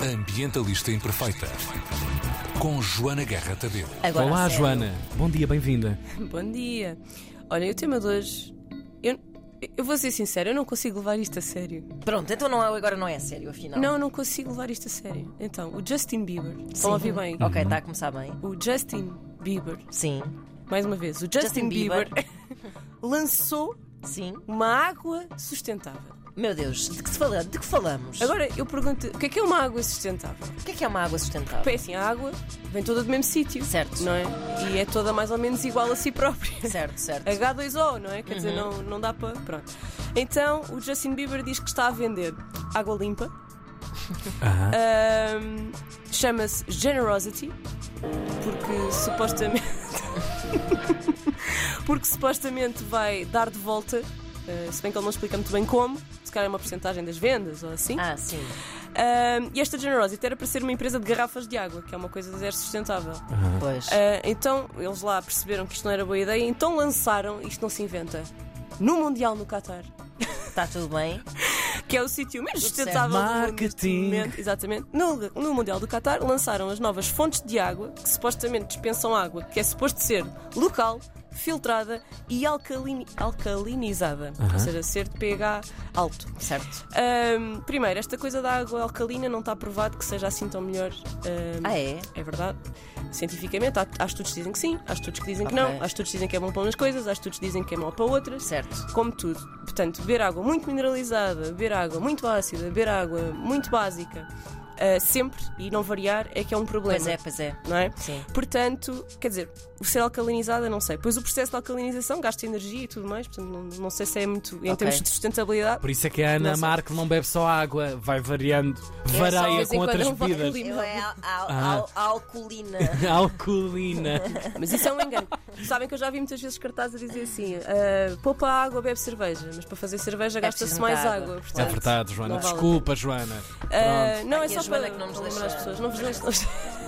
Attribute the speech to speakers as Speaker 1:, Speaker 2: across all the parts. Speaker 1: Ambientalista Imperfeita. Com Joana Guerra Tadeu.
Speaker 2: Agora,
Speaker 3: Olá,
Speaker 2: a sério.
Speaker 3: Joana. Bom dia, bem-vinda.
Speaker 2: Bom dia. Olha, o tema de hoje. Eu, eu vou ser sincero, eu não consigo levar isto a sério.
Speaker 4: Pronto, então não é, agora não é sério, afinal.
Speaker 2: Não, não consigo levar isto a sério. Então, o Justin Bieber. Estão a ouvir bem?
Speaker 4: Ok,
Speaker 3: Uhum.
Speaker 4: está a começar bem.
Speaker 2: O Justin Bieber.
Speaker 4: Sim,
Speaker 2: Mais uma vez, o Justin,
Speaker 4: Justin Bieber.
Speaker 2: lançou
Speaker 4: sim.
Speaker 2: uma água sustentável.
Speaker 4: Meu Deus, de que, se fala, de que falamos?
Speaker 2: Agora, eu pergunto, o que é que é uma água sustentável?
Speaker 4: o que é que é uma água sustentável?
Speaker 2: Porque é assim, a água vem toda do mesmo sítio.
Speaker 4: Certo.
Speaker 2: Não é? E é toda mais ou menos igual a si própria.
Speaker 4: Certo, certo.
Speaker 2: H2O, não é? Quer dizer, não, não dá para. Pronto. Então o Justin Bieber diz que está a vender água limpa. Ahm, Chama-se Generosity, porque supostamente. porque supostamente vai dar de volta, eh, se bem que ele não explica muito bem como, se calhar é uma porcentagem das vendas ou assim.
Speaker 4: Ah, sim.
Speaker 2: Ahm, e esta Generosity era para ser uma empresa de garrafas de água, que é uma coisa zero sustentável.
Speaker 4: Pois.
Speaker 2: Ah, então eles lá perceberam que isto não era boa ideia, então lançaram, isto não se inventa, no Mundial no Qatar, Ah.
Speaker 4: Está tá tudo bem?
Speaker 2: que é o sítio menos
Speaker 4: Tudo certo.
Speaker 2: sustentável do mundo neste
Speaker 3: Marketing.
Speaker 2: momento, exatamente. No, no Mundial do Qatar lançaram as novas fontes de água que supostamente dispensam água que é suposto ser local, filtrada e alcalini- alcalinizada, ou seja, ser de pH alto.
Speaker 4: Certo.
Speaker 2: Ahm, primeiro, esta coisa da água alcalina não está provado que seja assim tão melhor. ahm,
Speaker 4: Ah, é?
Speaker 2: é verdade. Cientificamente, há, há estudos que dizem que sim, há estudos que dizem que
Speaker 4: Ok.
Speaker 2: não, há estudos que dizem que é bom para umas coisas, há estudos que dizem que é mau para outras.
Speaker 4: Certo.
Speaker 2: Como tudo. Portanto, beber água muito mineralizada, beber água muito ácida, beber água muito básica, ah, sempre e não variar, é que é um problema.
Speaker 4: Pois é, pois é.
Speaker 2: Não é?
Speaker 4: Sim.
Speaker 2: Portanto, quer dizer, o ser alcalinizada, não sei. Pois o processo de alcalinização gasta energia e tudo mais, portanto, não, não sei se é muito. Em termos de sustentabilidade,
Speaker 3: Por isso é que a Ana
Speaker 2: Nossa.
Speaker 3: Marque não bebe só água, vai variando,
Speaker 2: de
Speaker 3: vareia
Speaker 2: vez em
Speaker 3: com outras
Speaker 2: assim quando vai
Speaker 3: bebidas.
Speaker 2: ali.
Speaker 4: Eu é a,
Speaker 3: Ah.
Speaker 4: a, a- a alcoolina.
Speaker 3: Alcoolina.
Speaker 2: Mas isso é um engano. Sabem que eu já vi muitas vezes cartazes a dizer assim: ah, poupa água, bebe cerveja. Mas para fazer cerveja gasta-se
Speaker 4: É preciso
Speaker 2: mais
Speaker 4: muita
Speaker 2: água.
Speaker 4: água.
Speaker 3: É
Speaker 2: portanto,
Speaker 3: verdade, Joana.
Speaker 2: não vale a
Speaker 3: Desculpa, Joana.
Speaker 2: pena. Ah, não, é
Speaker 4: Aqui a
Speaker 2: só
Speaker 4: Joana
Speaker 2: para,
Speaker 4: que não nos
Speaker 2: para
Speaker 4: deixa-
Speaker 2: lembrar as pessoas. Não vos deixo.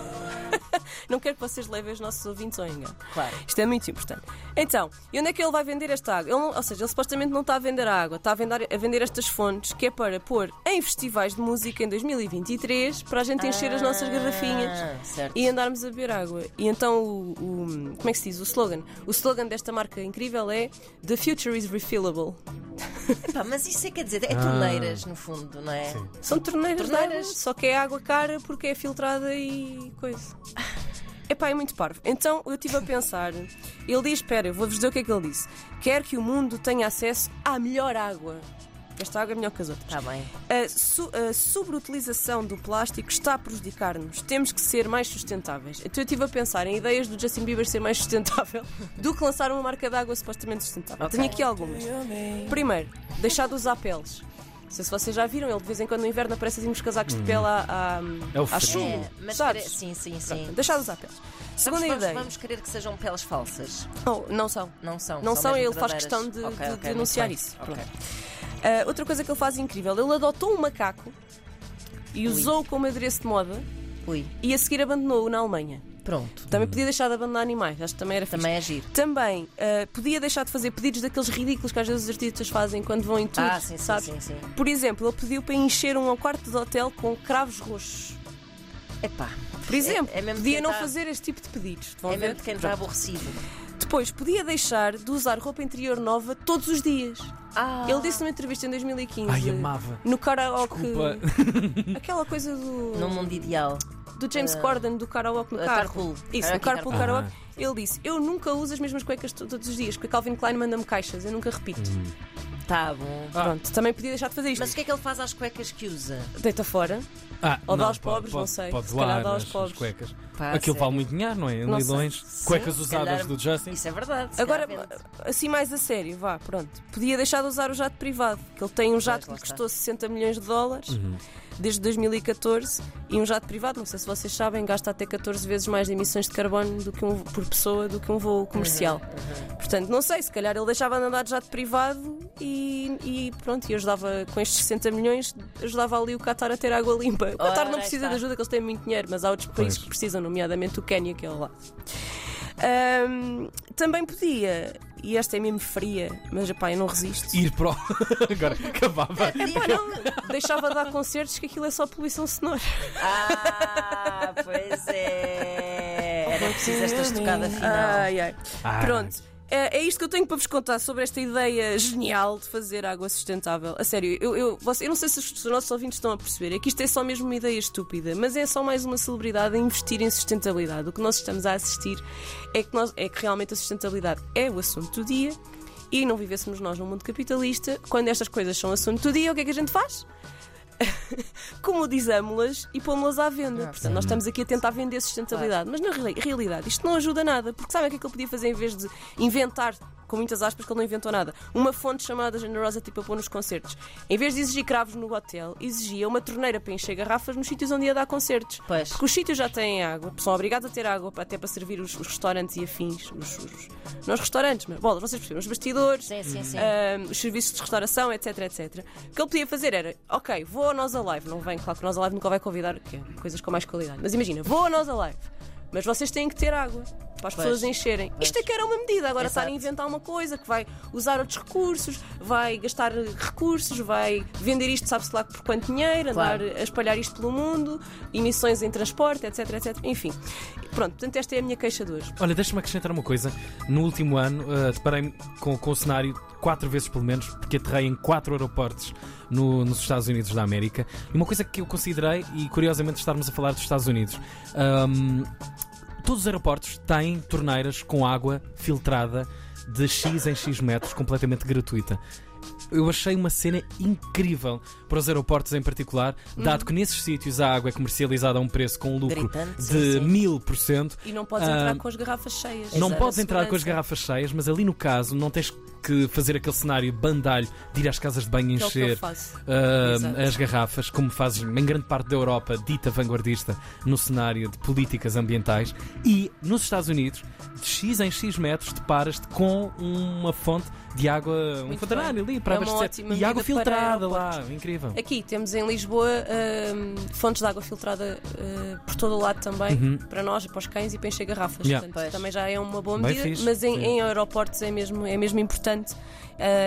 Speaker 2: Não quero que vocês levem os nossos ouvintes ao engano.
Speaker 4: Claro.
Speaker 2: Isto é muito importante. Então, e onde é que ele vai vender esta água? Ele não- ou seja, ele supostamente não está a vender a água, está a vender, a vender estas fontes que é para pôr em festivais de música em 2023 para a gente encher as nossas garrafinhas.
Speaker 4: Ah, certo.
Speaker 2: e andarmos a beber água. E então, o, o- como é que se diz? O slogan. O slogan desta marca incrível é The future is refillable.
Speaker 4: Epá, mas isso é, quer dizer, é torneiras, no fundo, não é?
Speaker 3: Ah. Sim.
Speaker 2: São torneiras, de
Speaker 4: Torneiras.
Speaker 2: água, só que é água cara porque é filtrada e coisa. Epá, é muito parvo. Então eu estive a pensar. Ele diz: espera, eu vou-vos dizer o que é que ele disse. Quer que o mundo tenha acesso à melhor água. Esta água é melhor que as outras.
Speaker 4: Está Tá bem.
Speaker 2: A, su- a sobreutilização do plástico está a prejudicar-nos. Temos que ser mais sustentáveis. Então eu estive a pensar em ideias do Justin Bieber ser mais sustentável do que lançar uma marca de água supostamente sustentável.
Speaker 4: Ok.
Speaker 2: Tenho aqui algumas. Primeiro, deixar de usar peles. Não sei se vocês já viram, ele de vez em quando no inverno aparece assim uns casacos de pele à, à,
Speaker 3: É o
Speaker 2: à
Speaker 3: frio.
Speaker 2: chuva.
Speaker 4: É, mas
Speaker 2: sabes?
Speaker 4: pare- sim, sim, sim.
Speaker 2: Deixar de usar peles. Segunda
Speaker 4: vamos,
Speaker 2: ideia.
Speaker 4: vamos querer que sejam peles falsas.
Speaker 2: Oh, não são.
Speaker 4: Não são.
Speaker 2: Não são,
Speaker 4: mesmo
Speaker 2: ele faz
Speaker 4: verdadeiras.
Speaker 2: questão de-
Speaker 4: Ok,
Speaker 2: de-
Speaker 4: ok,
Speaker 2: de
Speaker 4: muito
Speaker 2: denunciar
Speaker 4: bem.
Speaker 2: isso.
Speaker 4: Ok.
Speaker 2: Ah, outra coisa que ele faz incrível, ele adotou um macaco e usou-o como adereço de moda
Speaker 4: Ui,
Speaker 2: e a seguir abandonou-o na Alemanha.
Speaker 4: pronto.
Speaker 2: Também podia deixar de abandonar animais, acho que também era fixe.
Speaker 4: Também é giro.
Speaker 2: Também ah, podia deixar de fazer pedidos daqueles ridículos que às vezes os artistas fazem quando vão em tudo,
Speaker 4: Ah, sim, sim,
Speaker 2: sabes?
Speaker 4: sim, sim.
Speaker 2: Por exemplo, ele pediu para encher um quarto de hotel com cravos roxos.
Speaker 4: Epá.
Speaker 2: Por exemplo,
Speaker 4: é, é mesmo
Speaker 2: podia
Speaker 4: quem
Speaker 2: não
Speaker 4: tá-
Speaker 2: fazer este tipo de pedidos. Vão
Speaker 4: É
Speaker 2: ver?
Speaker 4: mesmo de quem está
Speaker 2: Pronto.
Speaker 4: aborrecido.
Speaker 2: Depois, podia deixar de usar roupa interior nova todos os dias.
Speaker 4: Ah,
Speaker 2: Ele disse numa entrevista em 2015
Speaker 3: Ai, amava.
Speaker 2: no karaoke.
Speaker 3: Desculpa.
Speaker 2: Aquela coisa do.
Speaker 4: no mundo ideal.
Speaker 2: do James Corden do karaoke no
Speaker 4: eh,
Speaker 2: carro.
Speaker 4: carpool.
Speaker 2: Isso, no
Speaker 4: Karaoke,
Speaker 2: carpool
Speaker 4: carpool.
Speaker 2: karaoke. Ele disse: Eu nunca uso as mesmas cuecas to- todos os dias, porque a Calvin Klein manda-me caixas, eu nunca repito.
Speaker 4: Tá bom.
Speaker 2: Pronto, também podia deixar de fazer isto.
Speaker 4: Mas o que é que ele faz às cuecas que usa?
Speaker 2: Deita fora.
Speaker 3: Ah,
Speaker 2: Ou dá
Speaker 3: não,
Speaker 2: aos
Speaker 3: pode-
Speaker 2: pobres, não
Speaker 3: pode-
Speaker 2: sei.
Speaker 3: Pode
Speaker 2: Se calhar
Speaker 3: doar
Speaker 2: dá aos
Speaker 3: nas- nas
Speaker 2: pobres.
Speaker 3: cuecas.
Speaker 4: Pá,
Speaker 3: Aquilo
Speaker 4: sério.
Speaker 3: vale muito dinheiro, não é? Em
Speaker 2: Não sei.
Speaker 3: Leilões.
Speaker 4: Sim,
Speaker 3: Cuecas
Speaker 4: se
Speaker 3: usadas
Speaker 4: calhar-
Speaker 3: do Justin.
Speaker 4: Isso é verdade. se
Speaker 2: Agora,
Speaker 4: calhar vende.
Speaker 2: assim mais a sério, vá, pronto. Podia deixar de usar o jato privado, que ele tem um jato que
Speaker 4: lá
Speaker 2: lhe
Speaker 4: está.
Speaker 2: custou 60 milhões de dólares desde 2014 e um jato privado, não sei se vocês sabem, gasta até 14 vezes mais de emissões de carbono do que um, por pessoa do que um
Speaker 4: Uhum,
Speaker 2: voo comercial. Portanto, não sei, se calhar ele deixava de andar de jato privado e, e pronto, e ajudava com estes 60 milhões, ajudava ali o Qatar a ter água limpa. O
Speaker 4: Ora,
Speaker 2: Qatar não
Speaker 4: aí
Speaker 2: precisa
Speaker 4: está.
Speaker 2: de ajuda, que eles têm muito dinheiro, mas há outros países
Speaker 3: Pois.
Speaker 2: que precisam, nomeadamente o Quénia, que é lá. Ahm, também podia, e esta é mesmo fria, mas epá, eu não resisto.
Speaker 3: Ir para o. Agora, acabava.
Speaker 2: Epá, não, deixava de dar concertos que aquilo é só poluição sonora.
Speaker 4: Ah, pois é. Era preciso esta estocada final.
Speaker 2: Ai, ai.
Speaker 3: Ai.
Speaker 2: Pronto. É é isto que eu tenho para vos contar sobre esta ideia genial de fazer água sustentável. A sério, eu, eu, você- eu não sei se os, se os nossos ouvintes estão a perceber, é que isto é só mesmo uma ideia estúpida, mas é só mais uma celebridade a investir em sustentabilidade. O que nós estamos a assistir é que, nós, é que realmente a sustentabilidade é o assunto do dia e não vivêssemos nós num mundo capitalista, quando estas coisas são assunto do dia, o que é que a gente faz? comodizamos-las e pomos-las à venda. Portanto, nós estamos aqui a tentar vender sustentabilidade. Mas na reali- realidade, isto não ajuda nada. Porque sabem o que é que ele podia fazer em vez de inventar, com muitas aspas, que ele não inventou nada, uma fonte chamada Generosity para pôr nos concertos? Em vez de exigir cravos no hotel, exigia uma torneira para encher garrafas nos sítios onde ia dar concertos.
Speaker 4: Pois.
Speaker 2: Porque os sítios já têm água, são obrigados a ter água para- até para servir os, os restaurantes e afins. Os, os- não os restaurantes, mas bolas, vocês percebem, os bastidores,
Speaker 4: Sim, sim, sim.
Speaker 2: ah, os serviços de restauração, etc, etc. O que ele podia fazer era, ok, vou ao Nós Alive, não vem, claro que o Nós Alive nunca vai convidar que é coisas com mais qualidade, mas imagina, vou ao Nós Alive, mas vocês têm que ter água para as pessoas encherem. Isto é que era uma medida,
Speaker 4: Exato.
Speaker 2: agora estarem a inventar uma coisa que vai usar outros recursos, vai gastar eh, recursos, vai vender isto, sabe-se lá por quanto dinheiro,
Speaker 4: Claro.
Speaker 2: andar a espalhar isto pelo mundo, emissões em transporte, etc, etc. Enfim, pronto, portanto, esta é a minha queixa de hoje.
Speaker 3: Olha, deixa-me acrescentar uma coisa. No último ano, eh, deparei-me com, com o cenário quatro vezes pelo menos, porque aterrei em quatro aeroportos no- nos Estados Unidos da América. E uma coisa que eu considerei, e curiosamente estarmos a falar dos Estados Unidos, ahm, todos os aeroportos têm torneiras com água filtrada de X em X metros, completamente gratuita. Eu achei uma cena incrível para os aeroportos em particular, dado que nesses sítios a água é comercializada a um preço com um lucro
Speaker 4: Uhum. Gritante, sim,
Speaker 3: de
Speaker 4: sim.
Speaker 3: mil por cento.
Speaker 2: E não podes entrar
Speaker 3: Ah,
Speaker 2: com as garrafas cheias.
Speaker 3: Não
Speaker 2: Exato.
Speaker 3: podes entrar com as
Speaker 2: Segurança.
Speaker 3: garrafas cheias, mas ali no caso não tens que fazer aquele cenário bandalho de ir às casas de banho
Speaker 2: Que é o que eu
Speaker 3: encher
Speaker 2: faço.
Speaker 3: ah,
Speaker 2: Exato.
Speaker 3: as garrafas, como fazes em grande parte da Europa, dita vanguardista, no cenário de políticas ambientais. E nos Estados Unidos, de X em X metros, deparas-te com uma fonte de água, um
Speaker 2: Muito
Speaker 3: fontanário
Speaker 2: bem.
Speaker 3: ali para
Speaker 2: É uma
Speaker 3: abastecer.
Speaker 2: ótima
Speaker 3: E água
Speaker 2: medida para É
Speaker 3: filtrada lá, incrível.
Speaker 2: Aqui temos em Lisboa hum, fontes de água filtrada hum, por todo o lado também, para nós, para os cães e para encher garrafas.
Speaker 3: Uhum. Yeah.
Speaker 2: Portanto,
Speaker 4: Pois.
Speaker 2: também já é uma boa
Speaker 3: Bem
Speaker 2: medida,
Speaker 3: fixe,
Speaker 2: mas em,
Speaker 3: sim.
Speaker 2: em aeroportos é mesmo, é mesmo importante hum,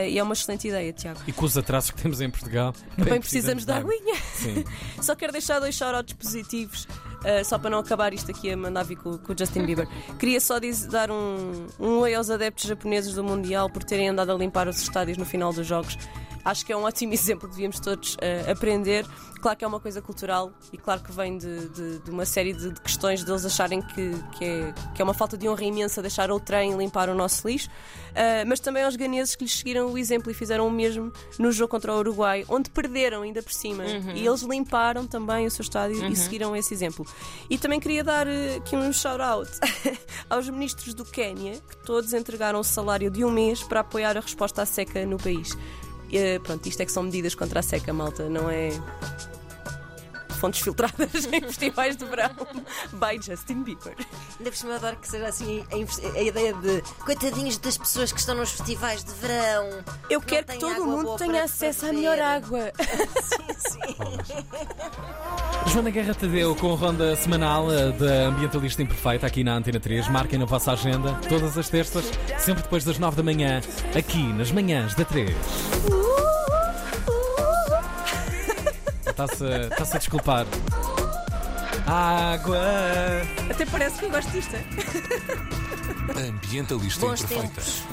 Speaker 2: e é uma excelente ideia, Tiago.
Speaker 3: E com os atrasos que temos em Portugal,
Speaker 2: Bem, precisamos de
Speaker 3: água.
Speaker 2: aguinha.
Speaker 3: Sim.
Speaker 2: Só quero deixar dois shout-outs positivos, eh, só para não acabar isto aqui a mandar vir com, com o Justin Bieber. Queria só diz- dar um, um oi aos adeptos japoneses do Mundial por terem andado a limpar os estádios no final dos jogos. Acho que é um ótimo exemplo que devíamos todos eh, aprender. Claro que é uma coisa cultural e claro que vem de, de- de uma série de, de questões deles acharem que, que, é, que é uma falta de honra imensa deixar o trem limpar o nosso lixo, Eh, mas também aos ganeses que lhes seguiram o exemplo e fizeram o mesmo no jogo contra o Uruguai, onde perderam ainda por cima. E eles limparam também o seu estádio e seguiram esse exemplo. E também queria dar eh, aqui um shout-out aos ministros do Quénia, que todos entregaram o salário de um mês para apoiar a resposta à seca no país. Eh, pronto, isto é que são medidas contra a seca, malta, não é? Fontes filtradas em festivais de verão by Justin Bieber.
Speaker 4: Ainda por cima eu adoro que seja assim a, investi- a ideia de coitadinhos das pessoas que estão nos festivais de verão. que
Speaker 2: Eu
Speaker 4: não
Speaker 2: quero que
Speaker 4: têm
Speaker 2: todo
Speaker 4: água
Speaker 2: o mundo
Speaker 4: boa
Speaker 2: tenha
Speaker 4: para-
Speaker 2: acesso
Speaker 4: para
Speaker 2: à melhor
Speaker 4: beber.
Speaker 2: água.
Speaker 3: Joana Guerra Tadeu com a ronda semanal eh, da Ambientalista Imperfeita aqui na Antena 3. Marquem na vossa agenda todas as terças, sempre depois das 9 da manhã, aqui nas manhãs da 3. Está-se a, está-se a desculpar. Água!
Speaker 2: Até parece que eu gosto disto. é?
Speaker 1: Ambientalista
Speaker 4: Bons
Speaker 1: Imperfeita.
Speaker 4: tempos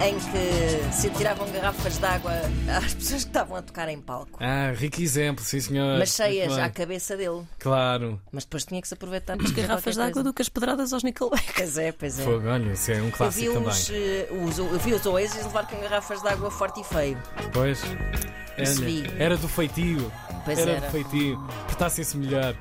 Speaker 4: em que se tiravam garrafas de água às pessoas que estavam a tocar em palco.
Speaker 3: Ah, rico exemplo, sim senhor.
Speaker 4: Mas cheias
Speaker 3: Muito bem.
Speaker 4: à cabeça dele.
Speaker 3: Claro.
Speaker 4: Mas depois tinha que se aproveitar para fazer
Speaker 2: Garrafas de
Speaker 4: qualquer
Speaker 2: água
Speaker 4: coisa.
Speaker 2: do que as pedradas aos Nickelback.
Speaker 4: Pois é, pois é.
Speaker 3: Fogo, olha, isso é
Speaker 4: Eu
Speaker 3: um
Speaker 4: vi,
Speaker 3: clássico também.
Speaker 4: uns, eh, os, eu vi os Oasis levar com garrafas de água forte e feio.
Speaker 3: Pois.
Speaker 4: Percebi.
Speaker 3: Olha, Era do feitio.
Speaker 4: Pois
Speaker 3: era,
Speaker 4: era.
Speaker 3: do feitio. Portassem-se melhor.